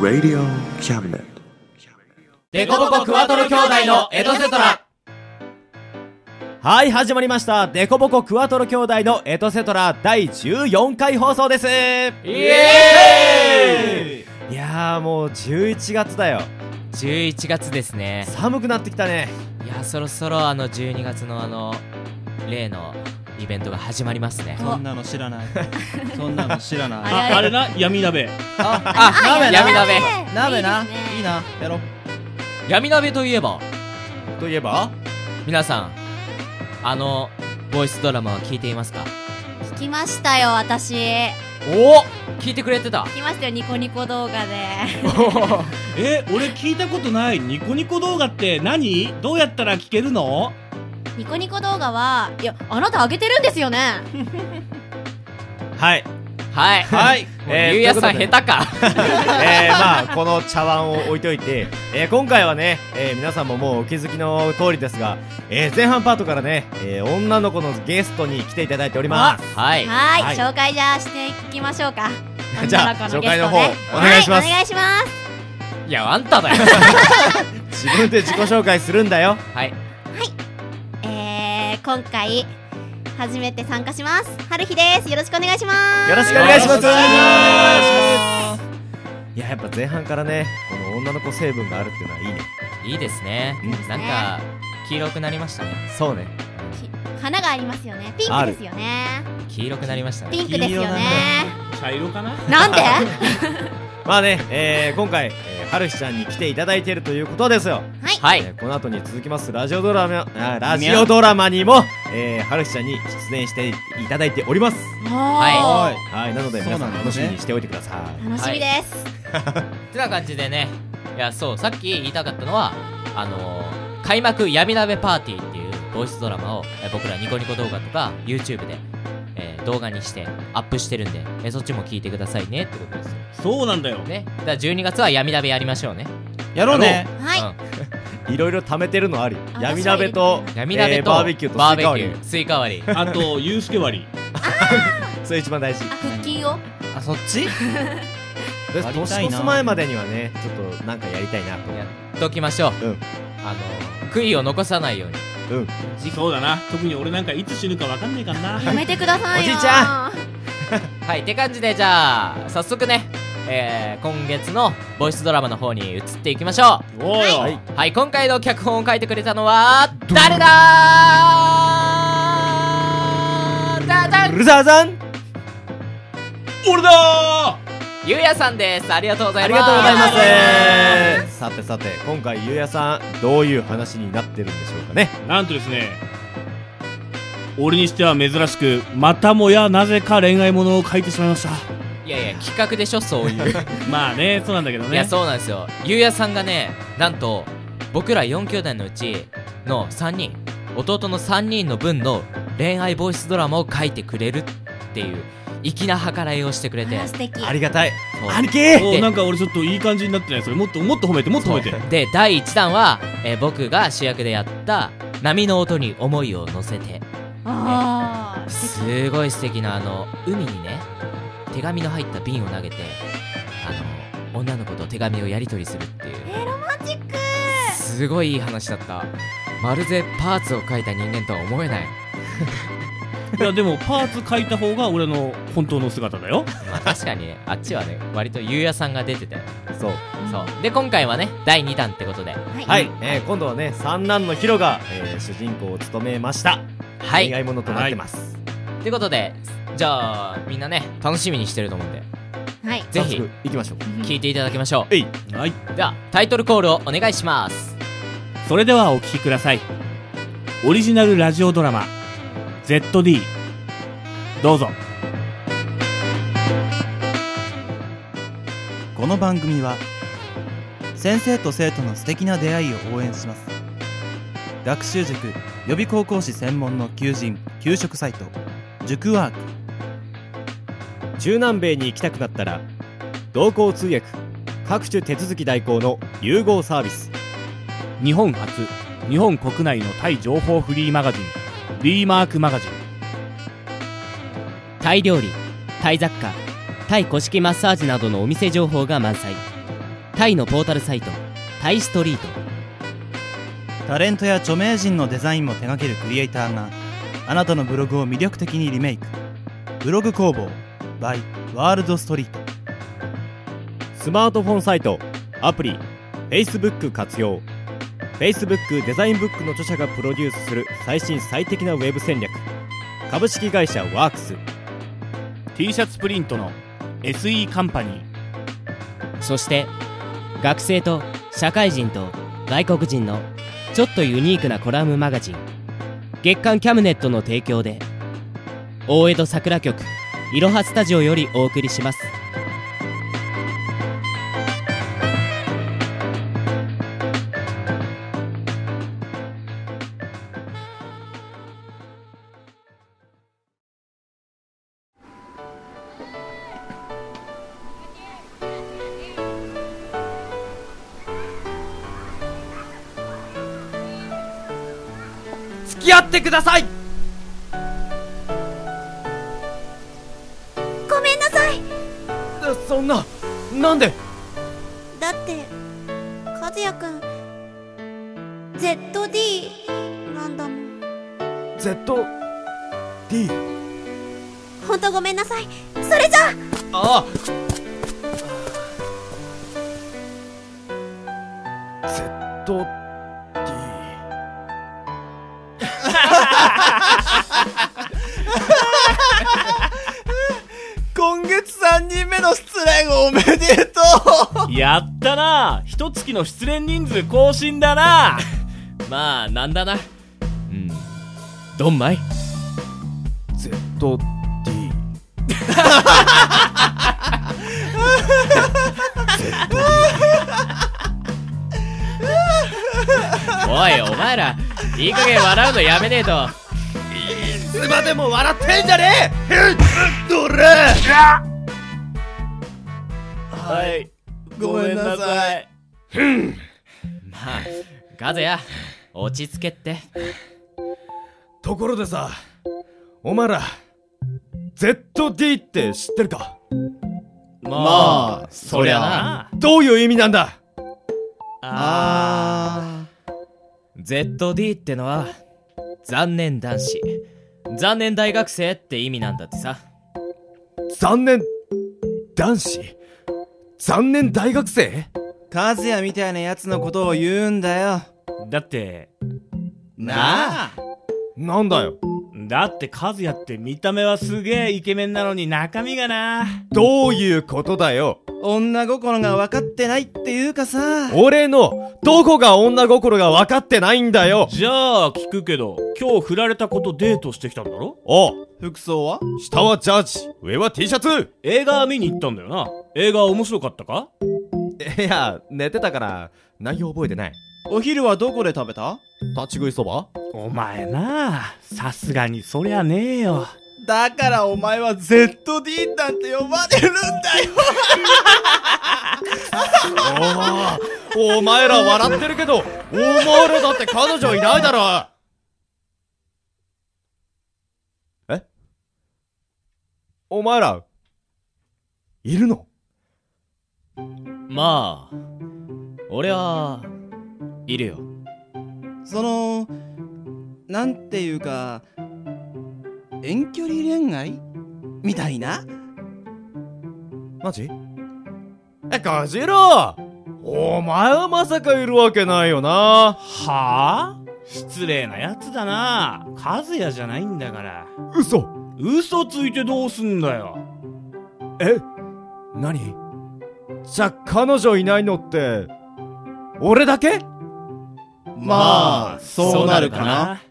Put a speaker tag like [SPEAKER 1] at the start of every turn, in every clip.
[SPEAKER 1] Radio Cabinet.
[SPEAKER 2] デコボコクワトロ兄弟のエトセトラはい、始まりました。デコボコクワトロ兄弟のエトセトラ第14回放送です。イエーイいやーもう11月だよ。
[SPEAKER 3] 11月ですね
[SPEAKER 2] 寒くなってきたね。
[SPEAKER 3] いやそろそろあの12月のあの例のイベントが始まりますね
[SPEAKER 4] そんなの知らない。そんなの知らない。
[SPEAKER 5] ああれな闇鍋
[SPEAKER 3] あ闇鍋
[SPEAKER 4] 鍋な、いいな、やろう。
[SPEAKER 3] 闇鍋といえば
[SPEAKER 2] といえば
[SPEAKER 3] 皆さんあのボイスドラマは聞いていますか
[SPEAKER 6] 聞きましたよ私聞
[SPEAKER 3] おお聞いてくれてた
[SPEAKER 6] きましたよニコニコ動画で
[SPEAKER 5] え俺聞いたことないニコニコ動画って何どうやったら聞けるの
[SPEAKER 6] ニコニコ動画はいやあなた上げてるんですよね
[SPEAKER 2] はい。
[SPEAKER 3] はい
[SPEAKER 2] はい
[SPEAKER 3] もうゆうやさん下手か
[SPEAKER 2] えー、まあこの茶碗を置いといて、えー今回はね、えー皆さんももうお気づきの通りですが、えー前半パートからね、えー女の子のゲストに来ていただいております。
[SPEAKER 3] はい
[SPEAKER 6] はい
[SPEAKER 2] はい
[SPEAKER 6] 紹介じゃあしていきましょうか
[SPEAKER 2] じゃあ
[SPEAKER 6] 女
[SPEAKER 2] 紹
[SPEAKER 6] の子ゲ
[SPEAKER 2] 介
[SPEAKER 6] ス
[SPEAKER 2] の
[SPEAKER 6] ト
[SPEAKER 2] 方
[SPEAKER 6] ね
[SPEAKER 2] お願いします
[SPEAKER 6] はお願いします
[SPEAKER 3] いやあん ただよ
[SPEAKER 2] 自分で自己紹介するんだよ。
[SPEAKER 3] はい
[SPEAKER 6] えー、今回初めて参加します春日ですよろしくお願いします
[SPEAKER 2] よろしくお願いします。
[SPEAKER 3] よろしくお
[SPEAKER 2] いや、やっぱ前半からね、この女の子成分があるっていうのはいいね。
[SPEAKER 3] いいですね
[SPEAKER 2] いい
[SPEAKER 6] ですね
[SPEAKER 3] なんか黄色くなりましたね
[SPEAKER 2] そうね。
[SPEAKER 6] き花がありますよねピンクですよね
[SPEAKER 3] 黄色くなりましたね
[SPEAKER 6] ピンクですよね
[SPEAKER 5] 茶色かな
[SPEAKER 6] なんでは
[SPEAKER 2] まあね、えー、今回、えー、はるひちゃんに来ていただいているということですよ。
[SPEAKER 6] い
[SPEAKER 3] は
[SPEAKER 2] え
[SPEAKER 3] い
[SPEAKER 2] ーこの後に続きますラジオドラマ、あラジオドラマにも、えー、はるひちゃんに出演していただいております。
[SPEAKER 3] は
[SPEAKER 2] はい、なので皆さん楽しみにしておいてください。
[SPEAKER 6] 楽しみです、
[SPEAKER 3] ってな感じでねいやそうさっき言いたかったのはあのー、開幕闇鍋パーティーっていうボイスドラマをえー僕らニコニコ動画とか YouTube で、えー動画にしてアップしてるんで、えーそっちも聞いてくださいねってことですよ
[SPEAKER 5] そうなんだよ
[SPEAKER 3] ねだから12月は闇鍋やりましょうね
[SPEAKER 4] やろうね。
[SPEAKER 6] はい、
[SPEAKER 2] いろいろ貯めてるのあり。
[SPEAKER 6] あ
[SPEAKER 2] 闇鍋と、
[SPEAKER 3] 闇鍋と、
[SPEAKER 2] えーバーベキューとスイカ割り
[SPEAKER 3] バーベキュースイカ割り
[SPEAKER 5] あとユースケ割
[SPEAKER 2] それ一番大事。
[SPEAKER 6] あ腹筋を
[SPEAKER 4] あ、そっち。
[SPEAKER 2] で
[SPEAKER 4] やりた
[SPEAKER 2] 年
[SPEAKER 4] い
[SPEAKER 2] 越
[SPEAKER 4] な
[SPEAKER 2] す前までにはね、ちょっとなんかやりたいなと。
[SPEAKER 3] やっときましょう、
[SPEAKER 2] うん
[SPEAKER 3] あのー、悔いを残さないように
[SPEAKER 2] うん。
[SPEAKER 5] りそうだな特に俺なんかいつ死ぬかわかんねえからな
[SPEAKER 6] やめてください
[SPEAKER 2] おじ
[SPEAKER 6] よ
[SPEAKER 2] いちゃ
[SPEAKER 6] ん
[SPEAKER 3] はい、って感じでじゃあ早速ね、えー、今月のボイスドラマの方に移っていきましょ
[SPEAKER 5] おうよ、
[SPEAKER 2] はい
[SPEAKER 3] いはい今回の脚本を書いてくれたのは誰だーだだん
[SPEAKER 2] ルザーザン
[SPEAKER 5] 俺だ
[SPEAKER 3] ゆうやさんですありがとうござ
[SPEAKER 2] あ
[SPEAKER 3] い
[SPEAKER 2] り
[SPEAKER 3] ま
[SPEAKER 2] が
[SPEAKER 3] す
[SPEAKER 2] とうござい
[SPEAKER 3] す
[SPEAKER 2] ますさてさて今回ゆうやさんどういう話になってるんでしょうかね
[SPEAKER 5] ーなんとですね俺にしては珍しくまたもやなぜか恋愛ものを書いてしまいました
[SPEAKER 3] いやいや企画でしょ そういう、
[SPEAKER 5] まあねそうなんだけどね
[SPEAKER 3] いやそうなんですよゆうやさんがねなんと僕ら4兄弟のうちの3人弟の3人の分の恋愛ボイスドラマを書いてくれるっていう粋な計らいをしてくれて
[SPEAKER 6] あら素敵
[SPEAKER 2] ありがたい
[SPEAKER 3] そう
[SPEAKER 2] 兄貴
[SPEAKER 5] おうなんか俺ちょっといい感じになってないそれもっともっと褒めてもっと褒めて
[SPEAKER 3] で第1弾は、えー僕が主役でやった「波の音に思いを乗せて
[SPEAKER 6] あ」ー
[SPEAKER 3] すごい素敵なあの海にね手紙の入った瓶を投げてあの女の子と手紙をやり取りするっていう
[SPEAKER 6] えーロマンチック
[SPEAKER 3] すごいいい話だったまるでパーツを描いた人間とは思えない
[SPEAKER 5] いやでもパーツ書いた方が俺の本当の姿だよ
[SPEAKER 3] まあ確かにねあっちはね割とゆうやさんが出てて
[SPEAKER 2] そう
[SPEAKER 3] そうで今回はね第2弾ってことで
[SPEAKER 6] はい、
[SPEAKER 2] はい、えー今度はね三男のヒロが、えー主人公を務めました
[SPEAKER 3] はい
[SPEAKER 2] 恋愛ものとなってます
[SPEAKER 3] ということでじゃあみんなね楽しみにしてると思うんで
[SPEAKER 6] はい
[SPEAKER 3] ぜ
[SPEAKER 2] 早
[SPEAKER 3] ひ
[SPEAKER 2] 速行きましょう
[SPEAKER 3] 聞いていただきましょう
[SPEAKER 2] えい
[SPEAKER 5] はい
[SPEAKER 3] ではタイトルコールをお願いします
[SPEAKER 5] それではお聴きくださいオリジナルラジオドラマ ZD どうぞ
[SPEAKER 4] この番組は。先生と生徒の素敵な出会いを応援します。学習塾予備高校士専門の求人・給食サイト塾ワーク
[SPEAKER 2] 中南米に行きたくなったら同行通訳各種手続き代行の融合サービス
[SPEAKER 5] 日本初日本国内のタイ情報フリーマガジン D マークマガジン
[SPEAKER 3] タイ料理タイ雑貨タイ古式マッサージなどのお店情報が満載タイのポータルサイトタイストリート
[SPEAKER 7] タレントや著名人のデザインも手掛けるクリエイターがあなたのブログを魅力的にリメイクブログ工房 by ワールドストリート
[SPEAKER 8] スマートフォンサイトアプリ Facebook 活用 Facebook デザインブックの著者がプロデュースする最新最適なウェブ戦略株式会社ワークス
[SPEAKER 5] T シャツプリントの SE カンパニー
[SPEAKER 3] そして学生と社会人と外国人のちょっとユニークなコラムマガジン月刊キャムネットの提供で大江戸桜局いろはスタジオよりお送りします
[SPEAKER 2] 付き合ってください
[SPEAKER 6] ごめんなさい
[SPEAKER 2] そんななんで
[SPEAKER 6] だって和也くん ZD なんだもん
[SPEAKER 2] ?ZD
[SPEAKER 6] ほんとごめんなさいそれじゃ
[SPEAKER 2] あ
[SPEAKER 6] あ
[SPEAKER 2] あ ZD 今月3人目の失恋おめでと
[SPEAKER 5] やったな一月の失恋人数更新だ な
[SPEAKER 3] まあなんだなうんドンマイ
[SPEAKER 2] う !ZD
[SPEAKER 3] おいお前らいい加減笑うのやめねえと
[SPEAKER 2] 今でも笑ってんじゃねえどれ
[SPEAKER 5] はい
[SPEAKER 2] ごめんなさい
[SPEAKER 3] まあガゼや落ち着けって
[SPEAKER 2] ところでさお前ら ZD って知ってるか
[SPEAKER 5] ま
[SPEAKER 2] あ
[SPEAKER 5] そりゃな
[SPEAKER 2] どういう意味なんだ
[SPEAKER 3] あー ZD ってのは残念男子残念大学生って意味なんだってさ
[SPEAKER 2] 残念男子残念大学生
[SPEAKER 7] 和也みたいなやつのことを言うんだよ
[SPEAKER 5] だって
[SPEAKER 2] な
[SPEAKER 5] あ
[SPEAKER 2] なんだよ
[SPEAKER 5] だってカズヤって見た目はすげえイケメンなのに中身がな
[SPEAKER 2] どういうことだよ
[SPEAKER 7] 女心が分かってないっていうかさ
[SPEAKER 2] 俺のどこが女心が分かってないんだよ
[SPEAKER 5] じゃあ聞くけど今日振られたことデートしてきたんだろ
[SPEAKER 2] おう
[SPEAKER 7] 服装は
[SPEAKER 2] 下はジャージ上は T シャツ
[SPEAKER 5] 映画見に行ったんだよな映画面白かったか
[SPEAKER 2] いや寝てたから内容覚えてない
[SPEAKER 7] お昼はどこで食べた
[SPEAKER 2] 立ち食いそば
[SPEAKER 5] お前なあさすがにそりゃねえよ
[SPEAKER 7] だからお前は ZD なんて呼ばれるんだよ
[SPEAKER 2] おお前ら笑ってるけどお前らだって彼女いないだろえお前らいるの
[SPEAKER 3] まあ俺はいるよ
[SPEAKER 7] そのなんていうか遠距離恋愛みたいな
[SPEAKER 2] マジえガジラお前はまさかいるわけないよな
[SPEAKER 5] はあ失礼なやつだなカズヤじゃないんだから
[SPEAKER 2] 嘘
[SPEAKER 5] 嘘ついてどうすんだよ
[SPEAKER 2] え何じゃ彼女いないのって俺だけ
[SPEAKER 7] まあそうなるかな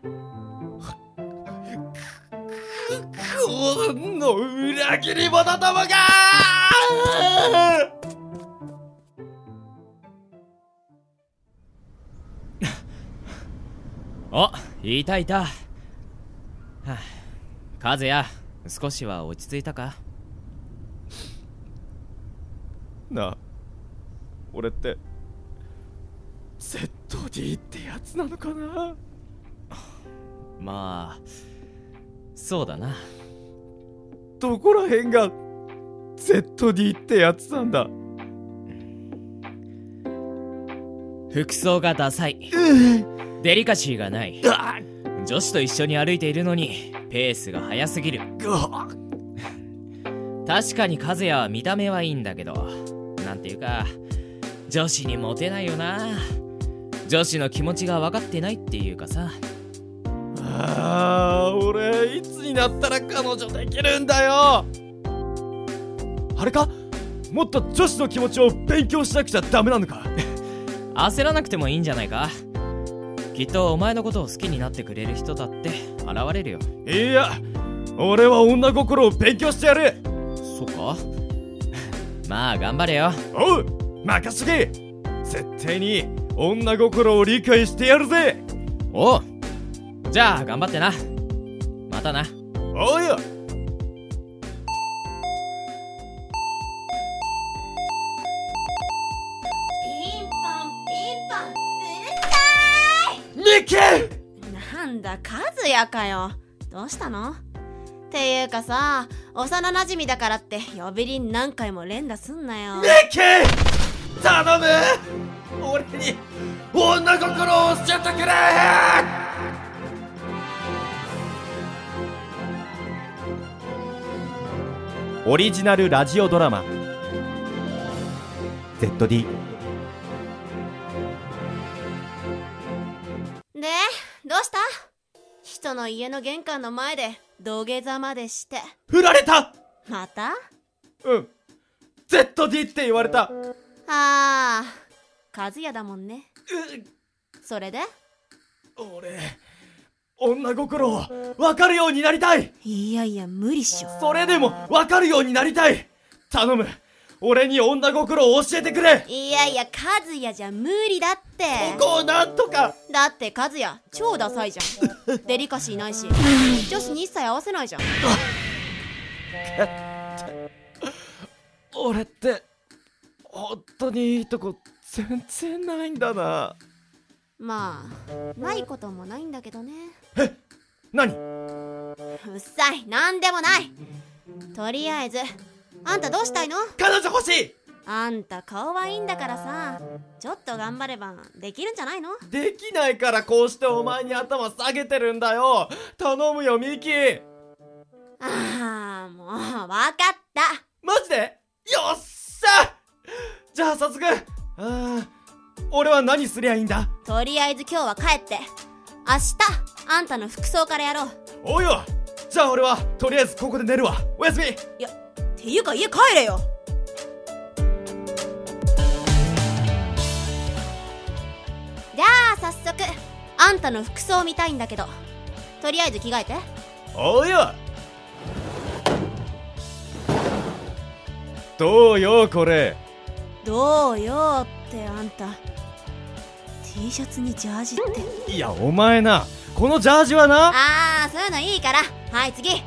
[SPEAKER 2] この裏切り者どもが
[SPEAKER 3] あいたいたはあ和也少しは落ち着いたか
[SPEAKER 2] なあ俺ってセット D ってやつなのかな
[SPEAKER 3] まあそうだな
[SPEAKER 2] どこら辺が ZD ってやつなんだ
[SPEAKER 9] 服装がダサいデリカシーがない女子と一緒に歩いているのにペースが速すぎる確かに和也は見た目はいいんだけどなんていうか女子にモテないよな女子の気持ちが分かってないっていうかさ
[SPEAKER 2] あー俺いつになったら彼女できるんだよあれかもっと女子の気持ちを勉強しなくちゃダメなのか
[SPEAKER 9] 焦らなくてもいいんじゃないかきっとお前のことを好きになってくれる人だって現れるよ
[SPEAKER 2] いや俺は女心を勉強してやる
[SPEAKER 9] そうか まあ頑張れよ
[SPEAKER 2] おう任しとけ絶対に女心を理解してやるぜ
[SPEAKER 9] おうじゃあ頑張ってなまたな
[SPEAKER 2] おうよ
[SPEAKER 6] ピンポンピンポン
[SPEAKER 2] ミキ
[SPEAKER 6] うるさいなんだ和也かよどうしたのっていうかさ幼馴染だからって呼び鈴何回も連打すんなよ
[SPEAKER 2] ミキ頼む俺に女心を教えてくれ
[SPEAKER 10] オリジナルラジオドラマ ZD
[SPEAKER 6] でどうした人の家の玄関の前で土下座までして
[SPEAKER 2] 振られた
[SPEAKER 6] また
[SPEAKER 2] うん ZD って言われた
[SPEAKER 6] ああ和也だもんねそれで
[SPEAKER 2] 俺女心を分かるようになりたい
[SPEAKER 6] いやいや無理っしょ
[SPEAKER 2] それでも分かるようになりたい頼む俺に女心を教えてくれ
[SPEAKER 6] いやいや和也じゃ無理だって
[SPEAKER 2] こをなんとか
[SPEAKER 6] だって和也超ダサいじゃんデリカシーないし女子に一切合わせないじゃん
[SPEAKER 2] 俺って本当にいいとこ全然ないんだな
[SPEAKER 6] まあないこともないんだけどね
[SPEAKER 2] 何
[SPEAKER 6] うっさいなんでもないとりあえずあんたどうしたいの
[SPEAKER 2] 彼女欲しい
[SPEAKER 6] あんた顔はいいんだからさちょっと頑張ればできるんじゃないの
[SPEAKER 2] できないからこうしてお前に頭下げてるんだよ頼むよミキ
[SPEAKER 6] ああもうわかった
[SPEAKER 2] マジでよっしゃじゃあ早速あー俺は何すりゃいいんだ
[SPEAKER 6] とりあえず今日は帰って明日あんたの服装からやろうっ
[SPEAKER 2] おいよじゃあ俺はとりあえずここで寝るわおやすみ
[SPEAKER 6] ていうか家帰れよじゃあ早速あんたの服装見たいんだけどとりあえず着替えて
[SPEAKER 2] おうよどうよこれ
[SPEAKER 6] どうよってあんた T シャツにジャージって
[SPEAKER 2] いやお前なこのジャージはな
[SPEAKER 6] ああそういうのいいからはい次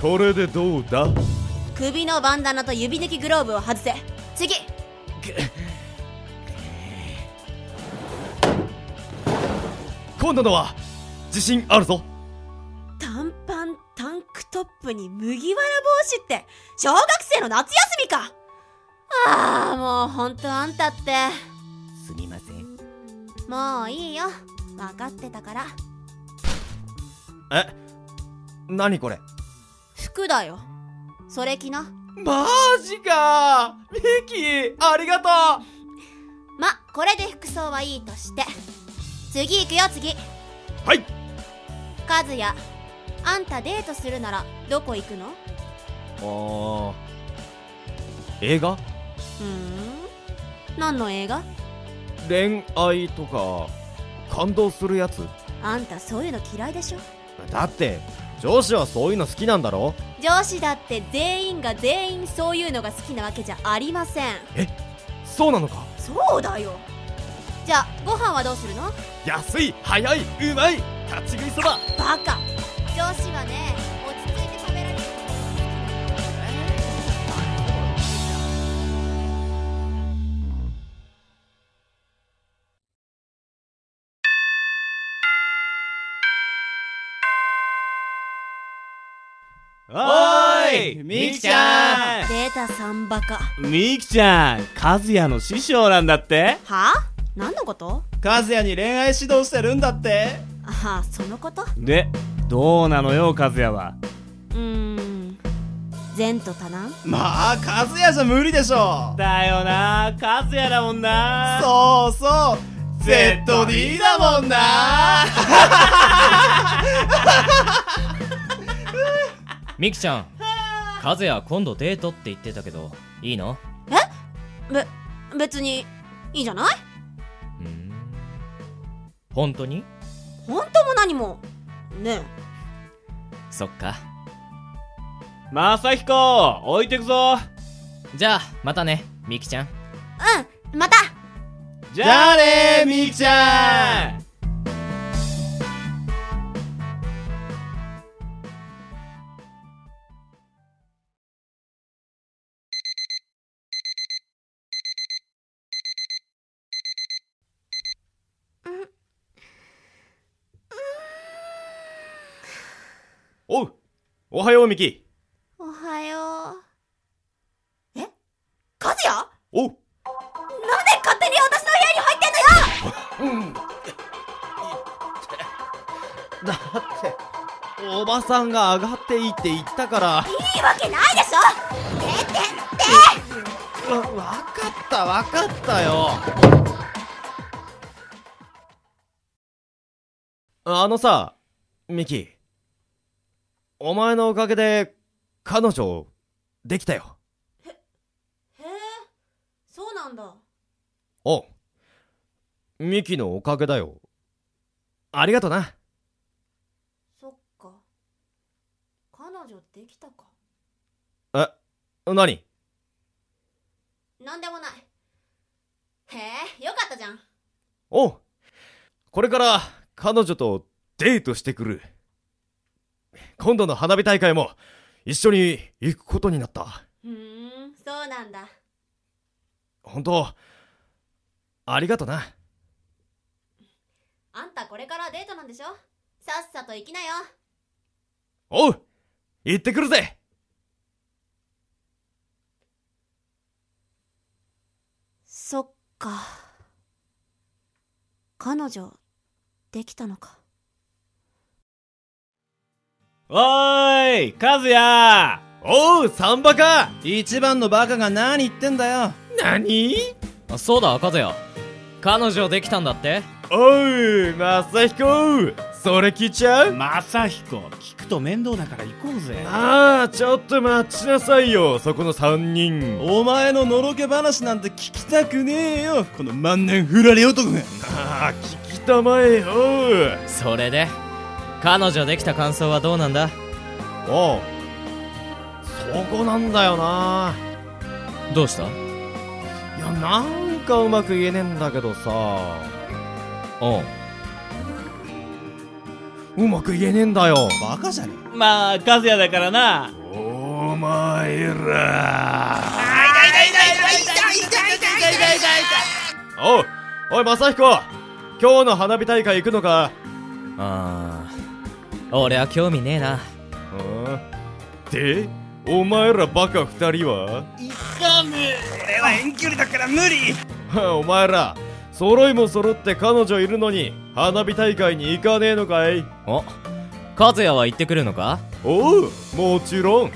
[SPEAKER 2] これでどうだ
[SPEAKER 6] 首のバンダナと指抜きグローブを外せ次
[SPEAKER 2] 今度のは自信あるぞ
[SPEAKER 6] 短パンタンクトップに麦わら帽子って小学生の夏休みかああもうほんとあんたって
[SPEAKER 9] すみません
[SPEAKER 6] もういいよ分かってたから
[SPEAKER 2] え何これ
[SPEAKER 6] 服だよそれ着な
[SPEAKER 2] マジかミキありがと
[SPEAKER 6] まこれで服装はいいとして次行くよ次
[SPEAKER 2] うはい
[SPEAKER 6] 和也あんたデートするならどこ行くのう
[SPEAKER 2] あ映画
[SPEAKER 6] ーん何の映画
[SPEAKER 2] 恋愛とか感動するやつ
[SPEAKER 6] あんたそういうの嫌いでしょ
[SPEAKER 2] だって上司はそういうの好きなんだろ
[SPEAKER 6] 上司だって全員が全員そういうのが好きなわけじゃありません
[SPEAKER 2] そうなのか
[SPEAKER 6] そうだよじゃあご飯はどうするの
[SPEAKER 2] 安い早いうまい立ち食いそば
[SPEAKER 6] バカ上司はね落ち着いて食べられる
[SPEAKER 10] おーい
[SPEAKER 5] みきちゃ
[SPEAKER 6] 出たさんバカは
[SPEAKER 5] みきちゃん和也の師匠なんだって
[SPEAKER 6] あ何のこと
[SPEAKER 2] 和也に恋愛指導してるんだって
[SPEAKER 6] ああそのこと
[SPEAKER 5] でどうなのよ和也は
[SPEAKER 6] うーん善と多難
[SPEAKER 2] まあ和也じゃ無理でしょ
[SPEAKER 5] だよな和也だもんな
[SPEAKER 2] そうそう ZD だもんな
[SPEAKER 9] ミキちゃん和也今度デートって言ってたけどいいの
[SPEAKER 6] べ別にいいじゃない
[SPEAKER 9] うん本当に
[SPEAKER 6] 本当も何もね
[SPEAKER 9] そっか
[SPEAKER 5] 正彦置いてくぞ
[SPEAKER 9] じゃあまたねミキちゃん
[SPEAKER 6] えうんまた
[SPEAKER 5] じゃあねみきちゃん
[SPEAKER 10] おうおはようみき
[SPEAKER 6] おはようえ和也なん
[SPEAKER 10] おう
[SPEAKER 6] で勝手に私の部屋に入ってんのよ
[SPEAKER 2] だっておばさんが上がっていいって言ったからわ
[SPEAKER 6] いいわけないでしょ出てって
[SPEAKER 2] 分かった分かったよあのさミキお前のおかげで彼女できたよ
[SPEAKER 6] へえそうなんだ
[SPEAKER 2] おうミキのおかげだよありがとな
[SPEAKER 6] そっか彼女できたか
[SPEAKER 2] 何
[SPEAKER 6] なんでもないへえよかったじゃん
[SPEAKER 2] おうこれから彼女とデートしてくる今度の花火大会も一緒に行くことになった
[SPEAKER 6] ふーんそうなんだ
[SPEAKER 2] 本当ありがとな
[SPEAKER 6] あんたこれからデートなんでしょさっさと行きなよ
[SPEAKER 2] おう行ってくるぜ
[SPEAKER 6] そっか彼女できたのか
[SPEAKER 5] おーい和也
[SPEAKER 2] おうサンバか
[SPEAKER 11] 一番のバカが何言ってんだよ
[SPEAKER 2] 何
[SPEAKER 9] あそうだ和也彼女できたんだって
[SPEAKER 2] おうマサヒコそれ聞いちゃう
[SPEAKER 5] 正彦聞くと面倒だから行こうぜ
[SPEAKER 2] ああちょっと待ちなさいよそこの三人
[SPEAKER 11] お前ののろけ話なんて聞きたくねえよこの万年振られ男が
[SPEAKER 2] ああ聞きたまえよ
[SPEAKER 9] それで彼女できた感想はどうなんだ
[SPEAKER 2] おうそこなんだよな
[SPEAKER 9] どうした
[SPEAKER 2] いやなんかうまく言えねえんだけどさ
[SPEAKER 9] お
[SPEAKER 2] うまく言えねえんだよ
[SPEAKER 11] バカじゃねえ
[SPEAKER 5] まあ和也だからな
[SPEAKER 2] お前らおうおい正彦今日の花火大会行くのか
[SPEAKER 9] あー俺は興味ねえな
[SPEAKER 2] うんでお前らバカ二人は行かねえ俺は遠距離だから無理 お前ら揃いも揃って彼女いるのに花火大会に行かねえのかい
[SPEAKER 9] お和也は行ってくるのか
[SPEAKER 2] おうもちろん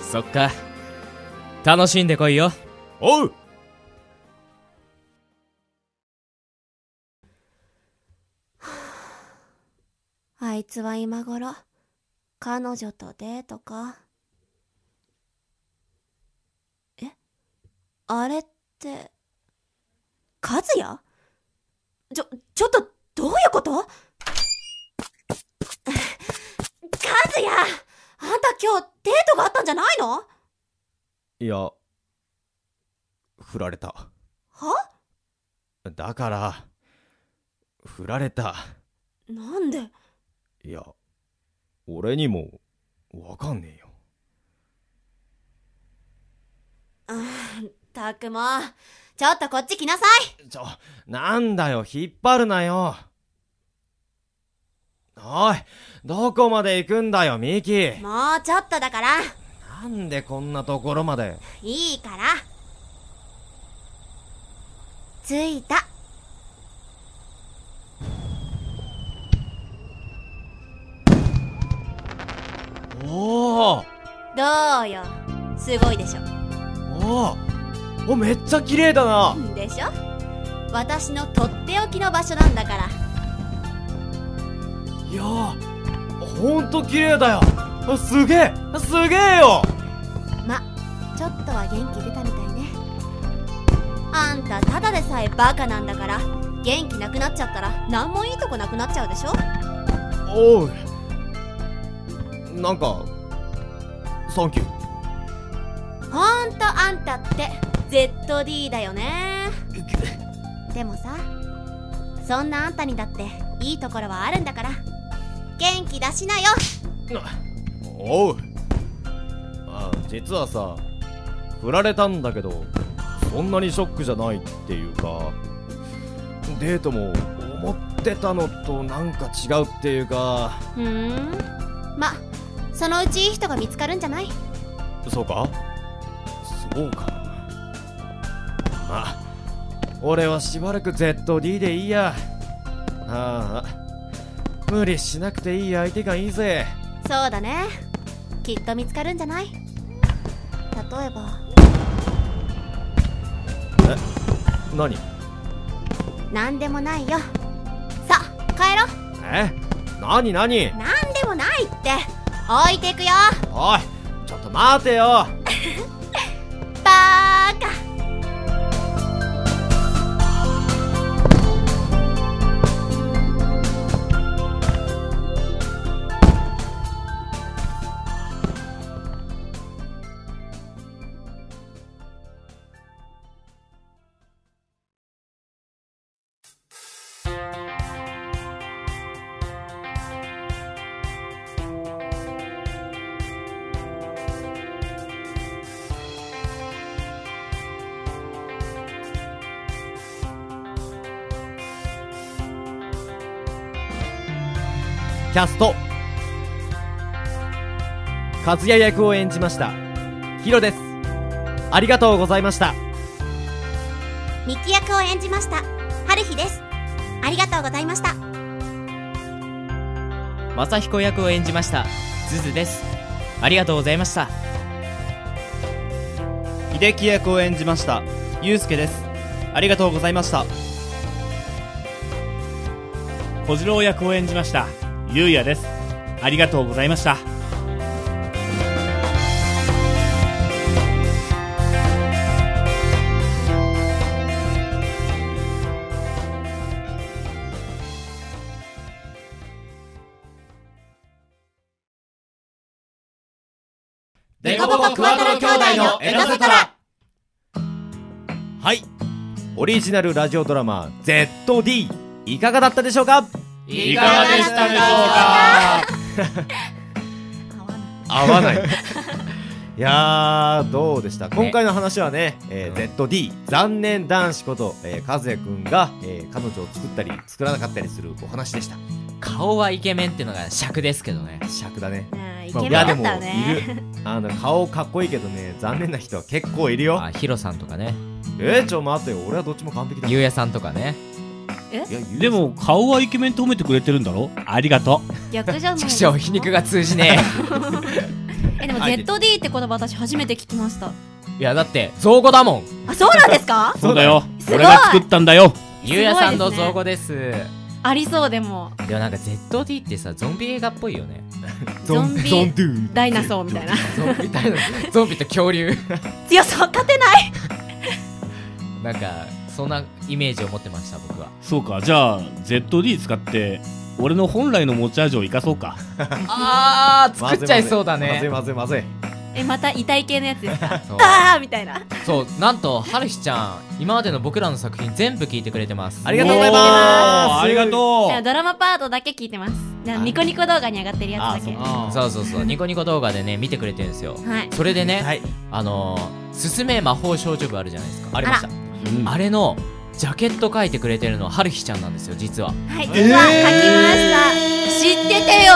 [SPEAKER 9] そっか楽しんでこいよ
[SPEAKER 2] おう
[SPEAKER 6] あいつは今頃彼女とデートかえあれって和也ちょちょっとどういうこと 和也あんた今日デートがあったんじゃないの
[SPEAKER 2] いや振られた
[SPEAKER 6] は
[SPEAKER 2] だから振られた
[SPEAKER 6] なんで
[SPEAKER 2] いや俺にもわかんねえよ
[SPEAKER 6] たくもちょっとこっち来なさい
[SPEAKER 2] ちょ、なんだよ、引っ張るなよ。あおい、どこまで行くんだよ、ミキ。
[SPEAKER 6] もうちょっとだから
[SPEAKER 2] なんでこんなところまで。
[SPEAKER 6] いいから着いた
[SPEAKER 2] おお
[SPEAKER 6] どうよすごいでしょ
[SPEAKER 2] おおお、めっちゃ綺麗だな。
[SPEAKER 6] でしょ私のとっておきの場所なんだから
[SPEAKER 2] いやー、ほんと綺麗だよ。あすげえすげえよ
[SPEAKER 6] まちょっとは元気出たみたいねあんたただでさえバカなんだから元気なくなっちゃったら何もいいとこなくなっちゃうでしょ
[SPEAKER 2] おう。なんか、サンキュー。
[SPEAKER 6] ほんとあんたって ZD だよねでもさそんなあんたにだっていいところはあるんだから元気出しなよ
[SPEAKER 2] おうあ実はさ振られたんだけどそんなにショックじゃないっていうかデートも思ってたのとなんか違うっていうか
[SPEAKER 6] ふーんまそのうちいい人が見つかるんじゃない
[SPEAKER 2] そうかそうかまあ俺はしばらく ZD でいいやああ無理しなくていい相手がいいぜ
[SPEAKER 6] そうだねきっと見つかるんじゃない例えば
[SPEAKER 2] 何
[SPEAKER 6] なんでもないよさ帰ろ
[SPEAKER 2] え何何
[SPEAKER 6] なんでもないって置いていくよ
[SPEAKER 2] おいちょっと待てよ
[SPEAKER 6] バーカ
[SPEAKER 2] キャスト和也役を演じましたヒロですありがとうございました
[SPEAKER 6] ミキ役を演じました春日ですありがとうございました
[SPEAKER 9] 正彦役を演じましたズズですありがとうございました
[SPEAKER 11] 秀樹役を演じましたゆうすけですありがとうございました
[SPEAKER 5] 小次郎役を演じましたゆうやですありがとうございました
[SPEAKER 6] デコボコクワトロ兄弟のエナザトラ
[SPEAKER 2] はいオリジナルラジオドラマ ZD いかがだったでしょうか
[SPEAKER 3] い
[SPEAKER 5] い
[SPEAKER 3] かがでしたでしょうか
[SPEAKER 2] 合わ ないいやーどうでした今回の話はね、えー ZD 残念男子こと、えー、和也くんが、えー彼女を作ったり作らなかったりするお話でした
[SPEAKER 3] 顔はイケメンっていうのが尺ですけどね
[SPEAKER 2] 尺だね
[SPEAKER 6] うんイ
[SPEAKER 2] まあ
[SPEAKER 6] ケメンだっ
[SPEAKER 2] いや
[SPEAKER 6] たよね
[SPEAKER 2] でもいるあの顔かっこいいけどね残念な人は結構いるよ
[SPEAKER 3] あヒロさんとかね
[SPEAKER 2] えー、ちょ待てよ俺はどっちも完璧だ
[SPEAKER 3] ゆうやさんとかね
[SPEAKER 2] いやゆう
[SPEAKER 5] でも顔はイケメンと褒めてくれてるんだろありがと
[SPEAKER 6] 逆じゃない
[SPEAKER 3] ちくしょう皮肉が通じね
[SPEAKER 6] えでも ZD って言葉私初めて聞きました
[SPEAKER 3] え いやだって造語だもん
[SPEAKER 6] あそうなんですか
[SPEAKER 5] うそうだよ
[SPEAKER 6] すごい
[SPEAKER 5] 俺が作ったんだよ
[SPEAKER 3] ゆうやさんの造語ですで
[SPEAKER 6] ありそうでも
[SPEAKER 3] もなんか ZD ってさゾンビ映画っぽいよね
[SPEAKER 6] ゾンビ
[SPEAKER 2] ゾンドゥ
[SPEAKER 6] ダイナソーみたいな
[SPEAKER 3] ゾンビみたいなゾンビと 恐竜
[SPEAKER 6] 強そう勝てない
[SPEAKER 3] なんかそんなイメージを持ってました僕は
[SPEAKER 5] そうかじゃあ ZD 使って俺の本来の持ち味を生かそうか
[SPEAKER 3] あー作っちゃいそうだ
[SPEAKER 2] まずい
[SPEAKER 3] ね
[SPEAKER 2] まずいまずい
[SPEAKER 6] えまた遺体系のやつですか
[SPEAKER 3] そう
[SPEAKER 6] あーみたいな
[SPEAKER 3] そうなんとはるひちゃん今までの僕らの作品全部聞いてくれてます
[SPEAKER 2] ありがとうございます
[SPEAKER 5] おーありがとう
[SPEAKER 6] ドラマパートだけ聞いてますなニコニコ動画に上がってるやつだけは
[SPEAKER 2] あ
[SPEAKER 3] そうそうそうニコニコ動画でね見てくれてるんですよ
[SPEAKER 6] い
[SPEAKER 3] それでね、
[SPEAKER 2] はい
[SPEAKER 3] あのー「すすめ魔法少女部」あるじゃないですか
[SPEAKER 2] ありました
[SPEAKER 3] あれのジャケット描いてくれてるのは春日ちゃんなんですよ実は
[SPEAKER 6] はい、実は書きました、知っててよ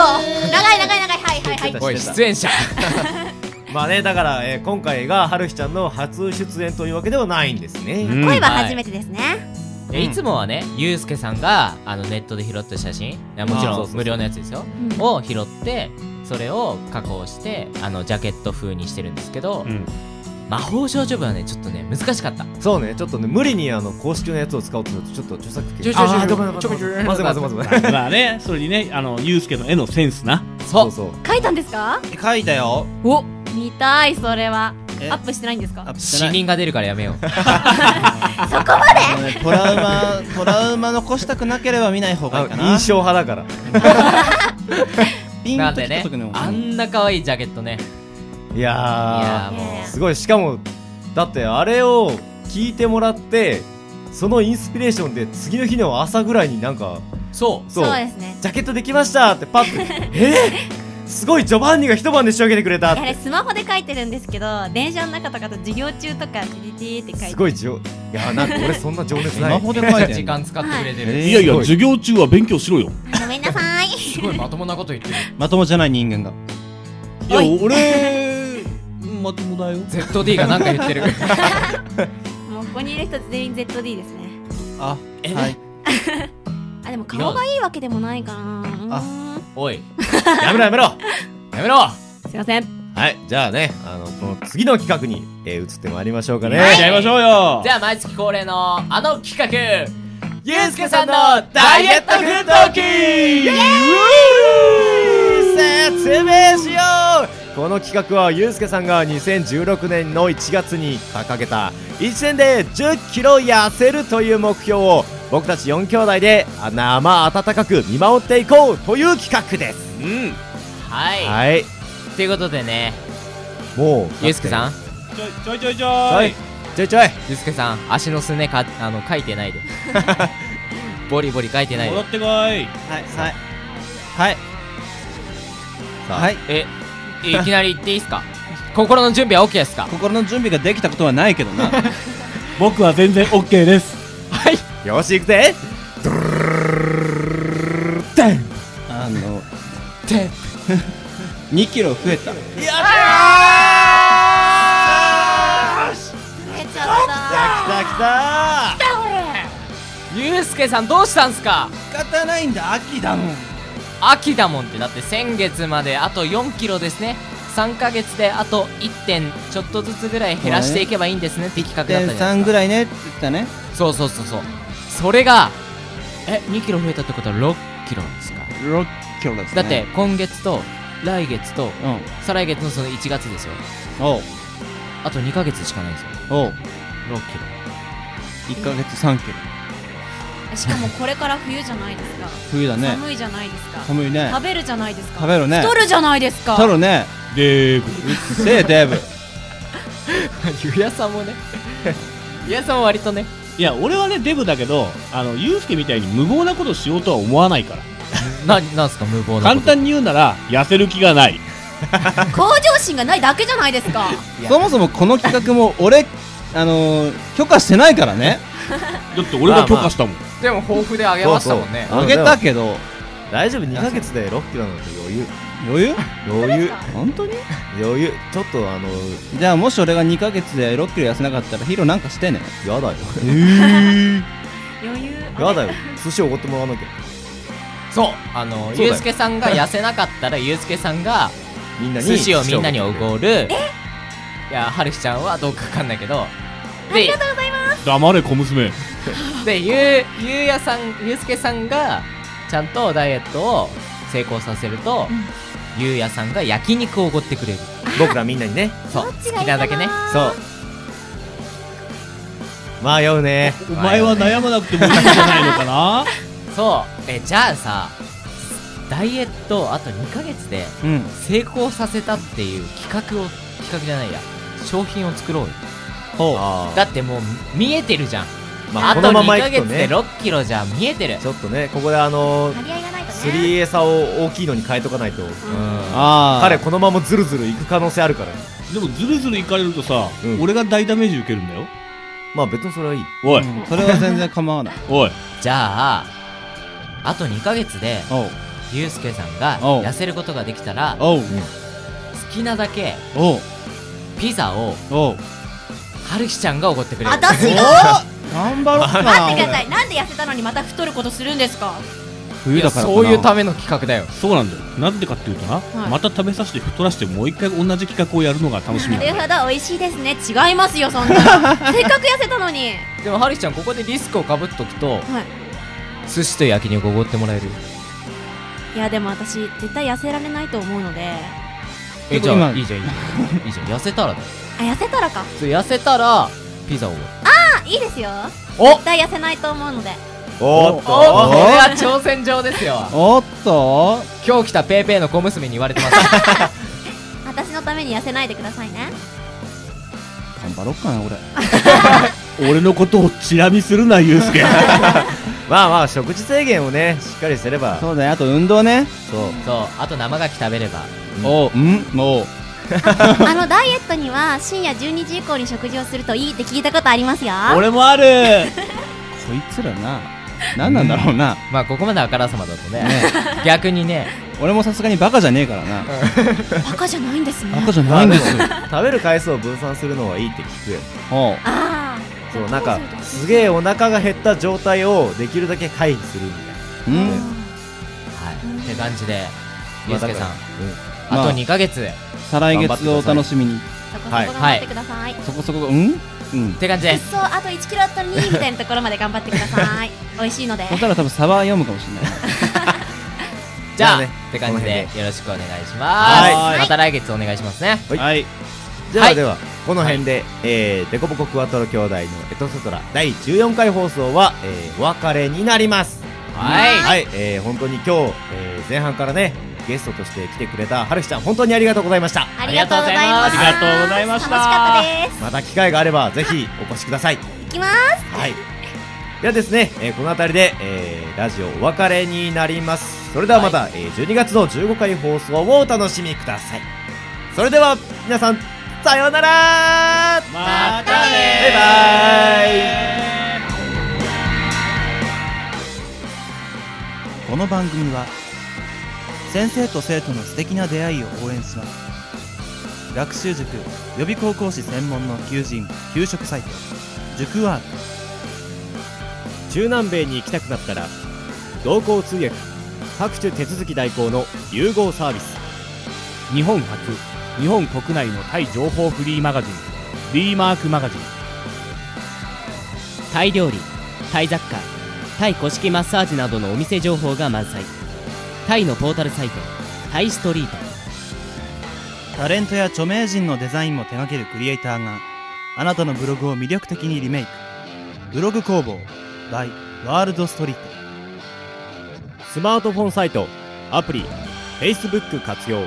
[SPEAKER 6] 長い長い長いはいはいはい
[SPEAKER 3] おい出 演者
[SPEAKER 2] まあねだから、えー今回が春日ちゃんの初出演というわけではないんですね、
[SPEAKER 5] うん
[SPEAKER 6] 声は初めてですね、
[SPEAKER 3] でいつもはねゆうすけさんがあのネットで拾った写真いやもち
[SPEAKER 2] あーそうそう
[SPEAKER 3] ろ
[SPEAKER 2] んそう
[SPEAKER 3] 無料のやつですよ
[SPEAKER 6] うん
[SPEAKER 3] を拾ってそれを加工してあのジャケット風にしてるんですけど、
[SPEAKER 5] うん
[SPEAKER 3] 魔法少女部はねちょっとね難しかった
[SPEAKER 2] そうねちょっとね無理にあの公式のやつを使おうとするとちょっと著作権
[SPEAKER 3] ちょちょちょ
[SPEAKER 2] あーごめんごめんごめん
[SPEAKER 3] ちょちょちょ
[SPEAKER 2] まずいまずいまずいまずい
[SPEAKER 5] まあね、 それにね、あの、ゆうすけの絵のセンスな。
[SPEAKER 2] そう
[SPEAKER 3] そ
[SPEAKER 2] そう
[SPEAKER 6] 書いたんですか
[SPEAKER 11] 書いたよ
[SPEAKER 6] お見たいそれは
[SPEAKER 11] え
[SPEAKER 6] アップしてないんですか
[SPEAKER 3] う死人が出るからやめよう
[SPEAKER 11] あのねトラウマトラウマ残したくなければ見ない方がいいか
[SPEAKER 2] あの
[SPEAKER 11] な
[SPEAKER 2] 印象派だから
[SPEAKER 11] ピン
[SPEAKER 3] なん
[SPEAKER 11] と
[SPEAKER 3] で
[SPEAKER 11] きた
[SPEAKER 3] ね
[SPEAKER 11] 時の
[SPEAKER 3] あんな可愛いジャケットね
[SPEAKER 2] いやー
[SPEAKER 3] いやー
[SPEAKER 6] いやい
[SPEAKER 3] も
[SPEAKER 6] や
[SPEAKER 2] すごいしかもだってあれを聞いてもらってそのインスピレーションで次の日の朝ぐらいになんか
[SPEAKER 3] うそう
[SPEAKER 2] そう
[SPEAKER 6] そうですね
[SPEAKER 2] ジャケットできましたってパッてえー、すごいジョバンニが一晩で仕上げてくれたっ
[SPEAKER 6] あ
[SPEAKER 2] て
[SPEAKER 6] れスマホで書いてるんですけど電車の中とかと授業中とかチリチリって書いて
[SPEAKER 2] すごいじょいやーなんか俺そんな情熱
[SPEAKER 11] ス
[SPEAKER 2] な
[SPEAKER 11] マ
[SPEAKER 2] い
[SPEAKER 11] ホで書いて
[SPEAKER 3] 時
[SPEAKER 11] んの
[SPEAKER 3] 間使ってくれてる、
[SPEAKER 11] えー
[SPEAKER 5] いやい
[SPEAKER 2] す
[SPEAKER 5] や、
[SPEAKER 2] ごい
[SPEAKER 5] 授業中は勉強しろよ。
[SPEAKER 6] ごめんなさい
[SPEAKER 3] すごいまともなこと言ってる
[SPEAKER 11] まともじゃない人間が
[SPEAKER 5] いや、俺、まともだよ。
[SPEAKER 3] ZD がなんか言ってる
[SPEAKER 6] もうここにいる人全員 ZD ですね
[SPEAKER 11] あ
[SPEAKER 3] え
[SPEAKER 11] はい
[SPEAKER 6] あでも顔がいいわけでもないかなうーん
[SPEAKER 3] おい
[SPEAKER 2] やめろやめろ
[SPEAKER 3] やめろ
[SPEAKER 6] すいません
[SPEAKER 2] はいじゃあねあのこの次の企画に、えー移ってまいりましょうかね、
[SPEAKER 3] はい
[SPEAKER 5] やりましょうよ
[SPEAKER 3] じ。ゃあ毎月恒例のあの企画ゆうすけさんのダイエット奮闘記
[SPEAKER 2] 説明しようこの企画はゆうすけさんが2016年の1月に掲げた1年で1 0キロ痩せるという目標を僕たち4兄弟であ生温かく見守っていこうという企画です
[SPEAKER 5] うん。
[SPEAKER 3] はい、
[SPEAKER 2] はい
[SPEAKER 3] ということでね
[SPEAKER 2] もう
[SPEAKER 3] ゆうすけさん
[SPEAKER 5] ちょいちょいちょい。
[SPEAKER 2] はいちょいちょい
[SPEAKER 3] ゆうすけさん足のすねかあの書いてないでボリボリ書いてない
[SPEAKER 5] 戻
[SPEAKER 3] で
[SPEAKER 5] ってこい。
[SPEAKER 11] はいはいはい
[SPEAKER 2] あ
[SPEAKER 11] はい
[SPEAKER 3] えいきなり言っていいですか 心の準備は OK ですか
[SPEAKER 11] 心の準備ができたことはないけどな
[SPEAKER 5] 僕は全然 OK です。
[SPEAKER 2] よし行くぜ
[SPEAKER 11] あの2キロ増えた
[SPEAKER 6] 増えち
[SPEAKER 2] 来
[SPEAKER 6] ゃっ
[SPEAKER 2] た来た
[SPEAKER 3] ゆうすけさんどうしたんすか
[SPEAKER 11] 仕方ないんだ秋だもん
[SPEAKER 3] 秋だもんってだって先月まであと4キロですね3ヶ月であと1点ちょっとずつぐらい減らしていけばいいんですねって企画だったじゃないです
[SPEAKER 11] 1.3
[SPEAKER 3] か
[SPEAKER 11] ぐ
[SPEAKER 3] ら
[SPEAKER 11] いねって言ったね
[SPEAKER 3] そうそうそうそうそれがえ2キロ増えたってことは6キロですか
[SPEAKER 11] 6キロです
[SPEAKER 3] だ
[SPEAKER 11] ね
[SPEAKER 3] って今月と来月と
[SPEAKER 11] うん
[SPEAKER 3] 再来月のその1月ですよ
[SPEAKER 11] おう
[SPEAKER 3] あと2ヶ月しかないん ですよ
[SPEAKER 11] おう
[SPEAKER 3] 6キロ
[SPEAKER 11] 1ヶ月3キロ
[SPEAKER 6] たしかもこれから冬じゃないですか
[SPEAKER 11] 冬だね
[SPEAKER 6] 寒いじゃないですか
[SPEAKER 11] 寒いね
[SPEAKER 6] 食べるじゃないですか
[SPEAKER 11] 食べるね
[SPEAKER 6] 太るじゃないですか
[SPEAKER 11] 太るね
[SPEAKER 5] で、
[SPEAKER 11] うっせえデブ
[SPEAKER 3] ゆやさんも ねゆやさんも割とね
[SPEAKER 5] いや、俺はね、デブだけど、あの、ゆうすけみたいに無謀なことしようとは思わないから。
[SPEAKER 3] ななんすか無謀なこ
[SPEAKER 5] 簡
[SPEAKER 3] と
[SPEAKER 5] 単に言うなら、痩せる気がない。
[SPEAKER 6] 向上心がないだけじゃないですか
[SPEAKER 11] そもそもこの企画も俺あのー許可してないからね
[SPEAKER 5] だって俺が許可したもん。
[SPEAKER 3] でも抱負であげましたもんね
[SPEAKER 2] そう
[SPEAKER 11] あげたけど
[SPEAKER 2] 大丈夫2ヶ月で6キロなんて余裕
[SPEAKER 11] 余裕
[SPEAKER 2] 余裕
[SPEAKER 11] 本当に
[SPEAKER 2] 余裕ちょっとあの
[SPEAKER 11] じゃあもし俺が2ヶ月で6キロ痩せなかったらヒロなんかしてね
[SPEAKER 2] やだよ
[SPEAKER 6] 余裕
[SPEAKER 2] やだよ寿司おごってもらわなきゃ
[SPEAKER 3] そうあの
[SPEAKER 2] そうだよ
[SPEAKER 3] ゆうすけさんが痩せなかったらゆうすけさんが
[SPEAKER 2] みんなに
[SPEAKER 3] 寿司をみんなにお
[SPEAKER 2] る
[SPEAKER 3] ごるいやはるひちゃんはどうかわかんないけどで
[SPEAKER 5] 黙れ、小娘。
[SPEAKER 3] でゆうゆうやさんゆうすけさんがちゃんとダイエットを成功させると、ゆうやさんが焼肉をおごってくれる
[SPEAKER 2] 僕らみんなにね
[SPEAKER 3] そう好きなだけね
[SPEAKER 2] そう迷うね
[SPEAKER 5] お前は悩まなくてもいいんじゃないのかな
[SPEAKER 3] そうえじゃあさダイエットをあと2ヶ月で
[SPEAKER 11] うん
[SPEAKER 3] 成功させたっていう企画を企画じゃないや商品を作ろうよ
[SPEAKER 2] ほう
[SPEAKER 3] だってもう見えてるじゃん、
[SPEAKER 2] ま
[SPEAKER 3] あ、
[SPEAKER 2] あ
[SPEAKER 3] と
[SPEAKER 2] こ
[SPEAKER 3] 2
[SPEAKER 2] のままい
[SPEAKER 3] ヶ
[SPEAKER 2] く
[SPEAKER 3] 月
[SPEAKER 2] と
[SPEAKER 3] で
[SPEAKER 2] ね
[SPEAKER 3] 6キロじゃ見えてる
[SPEAKER 2] ちょっとねここであの
[SPEAKER 6] 張り合いがないと
[SPEAKER 2] す
[SPEAKER 6] ね
[SPEAKER 2] り餌を大きいのに変えとかないと
[SPEAKER 11] ああ
[SPEAKER 2] 彼このままズルズルいく可能性あるから
[SPEAKER 5] でも、ずるずるいかれるとさ、
[SPEAKER 2] うん
[SPEAKER 5] 俺が大ダメージ受けるんだよ。
[SPEAKER 2] まあ別にそれはいい
[SPEAKER 5] おい、
[SPEAKER 11] うんそれは全然構わない
[SPEAKER 5] おい
[SPEAKER 3] じゃああと2ヶ月で
[SPEAKER 11] おう
[SPEAKER 3] ゆうすけさんが
[SPEAKER 11] おう
[SPEAKER 3] 痩せることができたら好
[SPEAKER 11] おう
[SPEAKER 3] きなだけ
[SPEAKER 11] おう
[SPEAKER 3] ピザを
[SPEAKER 11] おう
[SPEAKER 3] はるきちゃんがおごってくれる
[SPEAKER 6] 私が
[SPEAKER 11] 頑張ろうかな
[SPEAKER 6] 待ってくださ
[SPEAKER 11] 俺
[SPEAKER 6] いなんで痩せたのにまた太ることするんですか
[SPEAKER 5] 冬だからかな
[SPEAKER 3] そういうための企画だよ
[SPEAKER 5] そうなんだよなんでかっていうとな、
[SPEAKER 6] はい
[SPEAKER 5] また食べさせて太らしてもう一回同じ企画をやるのが楽しみ
[SPEAKER 6] な
[SPEAKER 5] なん
[SPEAKER 6] る
[SPEAKER 5] だよ
[SPEAKER 6] ほど美味しいですね違いますよそんなのせっかく痩せたのに
[SPEAKER 3] でもはるきちゃんここでリスクをかぶっとくと
[SPEAKER 6] はい
[SPEAKER 3] 寿司と焼肉おごってもらえる
[SPEAKER 6] いやでも私絶対痩せられないと思うので
[SPEAKER 3] え
[SPEAKER 11] え
[SPEAKER 3] じゃあ
[SPEAKER 11] 今
[SPEAKER 3] いいじゃんいいじゃんいいじゃん痩せたらだよ
[SPEAKER 6] あ痩せたらか
[SPEAKER 3] それ痩せたらピザをおごる
[SPEAKER 6] あいいですよ
[SPEAKER 3] お
[SPEAKER 6] 絶対痩せないと思うので
[SPEAKER 2] おっ
[SPEAKER 3] おこれは挑戦状ですよ
[SPEAKER 11] おっと
[SPEAKER 3] 今日来たペーペーの小娘に言われてます
[SPEAKER 6] 私のために痩せないでください ね
[SPEAKER 11] 頑張ろうかな俺
[SPEAKER 5] 俺のことをチラ見するなゆう すけ
[SPEAKER 2] まあまあ食事制限をねしっかりすれば
[SPEAKER 11] そうだねあと運動ね
[SPEAKER 2] そう
[SPEAKER 3] そうあと生牡蠣食べれば
[SPEAKER 11] おうんおう
[SPEAKER 6] あのダイエットには深夜12時以降に食事をするといいって聞いたことありますよ
[SPEAKER 5] 俺もあ る
[SPEAKER 11] こいつらな何なんだろうな
[SPEAKER 3] まあここまであからさまだとね 逆にね
[SPEAKER 11] 俺もさすがにバカじゃねえからな
[SPEAKER 6] バカじゃないんですね
[SPEAKER 11] バカじゃないんですよ
[SPEAKER 2] 食べる回数を分散するのはいいって聞くよ
[SPEAKER 11] おう
[SPEAKER 6] ああ
[SPEAKER 2] そうなんかすげえお腹が減った状態をできるだけ回避するみたいな
[SPEAKER 11] うん
[SPEAKER 3] はいって感じで
[SPEAKER 2] ま
[SPEAKER 3] ゆ
[SPEAKER 2] あ
[SPEAKER 3] うす
[SPEAKER 2] だ
[SPEAKER 3] け
[SPEAKER 2] か
[SPEAKER 3] さ
[SPEAKER 2] ら
[SPEAKER 3] ん
[SPEAKER 2] うん
[SPEAKER 11] ま
[SPEAKER 3] あ
[SPEAKER 11] あ
[SPEAKER 3] と2ヶ月っ
[SPEAKER 11] 再来月をお楽しみに
[SPEAKER 6] そこそこ頑張ってください、
[SPEAKER 11] そこそこうんうん
[SPEAKER 3] て感じ
[SPEAKER 6] う
[SPEAKER 3] で
[SPEAKER 6] っそうあと1キロあったのにみたいなところまで頑張ってくだ さい美味しいので
[SPEAKER 11] そしたら多分サバ読むかもしれない
[SPEAKER 3] じゃあ
[SPEAKER 2] まあね
[SPEAKER 3] って感じでよろしくお願いします
[SPEAKER 2] はい
[SPEAKER 3] また来月お願いしますね
[SPEAKER 2] はいで
[SPEAKER 3] は
[SPEAKER 2] はいでは、この辺で、えー、デコボコクワトロ兄弟のエトセトラ第14回放送は、えー、お別れになります。
[SPEAKER 3] はい
[SPEAKER 2] はい、えー、本当に今日、えー、前半からね、ゲストとして来てくれたはるきちゃん、本当にありがとうございました。
[SPEAKER 6] ありがとうございます
[SPEAKER 5] ありがとうございました
[SPEAKER 6] 楽しかったです
[SPEAKER 2] また機会があれば、ぜひお越しください。
[SPEAKER 6] 行きます
[SPEAKER 2] はい。ではですね、えー、この辺りで、えー、ラジオお別れになります。それではまた、えー、12月の15回放送をお楽しみください。それでは、皆さん、さようなら
[SPEAKER 5] ま
[SPEAKER 2] たねバイバイ
[SPEAKER 11] この番組は先生と生徒の素敵な出会いを応援します学習塾予備高校士専門の求人・給食サイト塾ワーク
[SPEAKER 10] 中南米に行きたくなったら同行通訳各種手続き代行の融合サービス
[SPEAKER 5] 日本初日本国内のタイ情報フリーマガジン D マークマガジン
[SPEAKER 9] タイ料理タイ雑貨タイ古式マッサージなどのお店情報が満載タイのポータルサイトタイストリート
[SPEAKER 11] タレントや著名人のデザインも手掛けるクリエイターがあなたのブログを魅力的にリメイクブログ工房 by ワールドストリート
[SPEAKER 10] スマートフォンサイト、アプリ、Facebook 活用。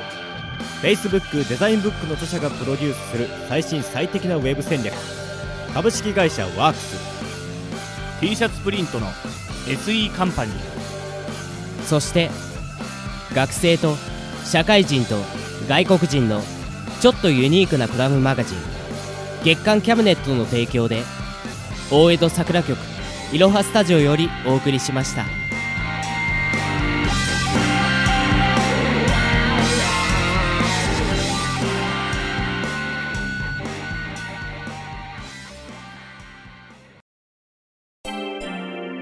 [SPEAKER 10] Facebook デザインブックの著者がプロデュースする最新最適なウェブ戦略。株式会社ワークス
[SPEAKER 5] T シャツプリントの SE カンパニー
[SPEAKER 9] そして学生と社会人と外国人のちょっとユニークなコラムマガジン月刊キャブネットの提供で大江戸桜局いろはスタジオよりお送りしました。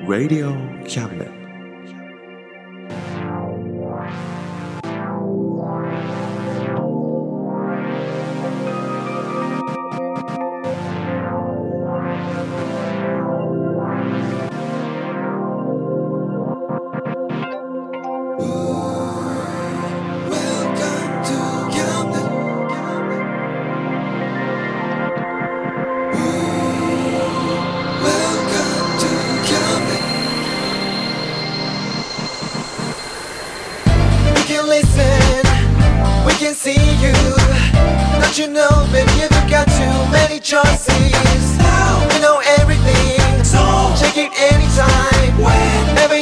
[SPEAKER 1] Radio Cabinet.
[SPEAKER 12] We can listen, we can see you. Don't you know, baby, you've got too many choices. We know everything, so check it anytime. Whenever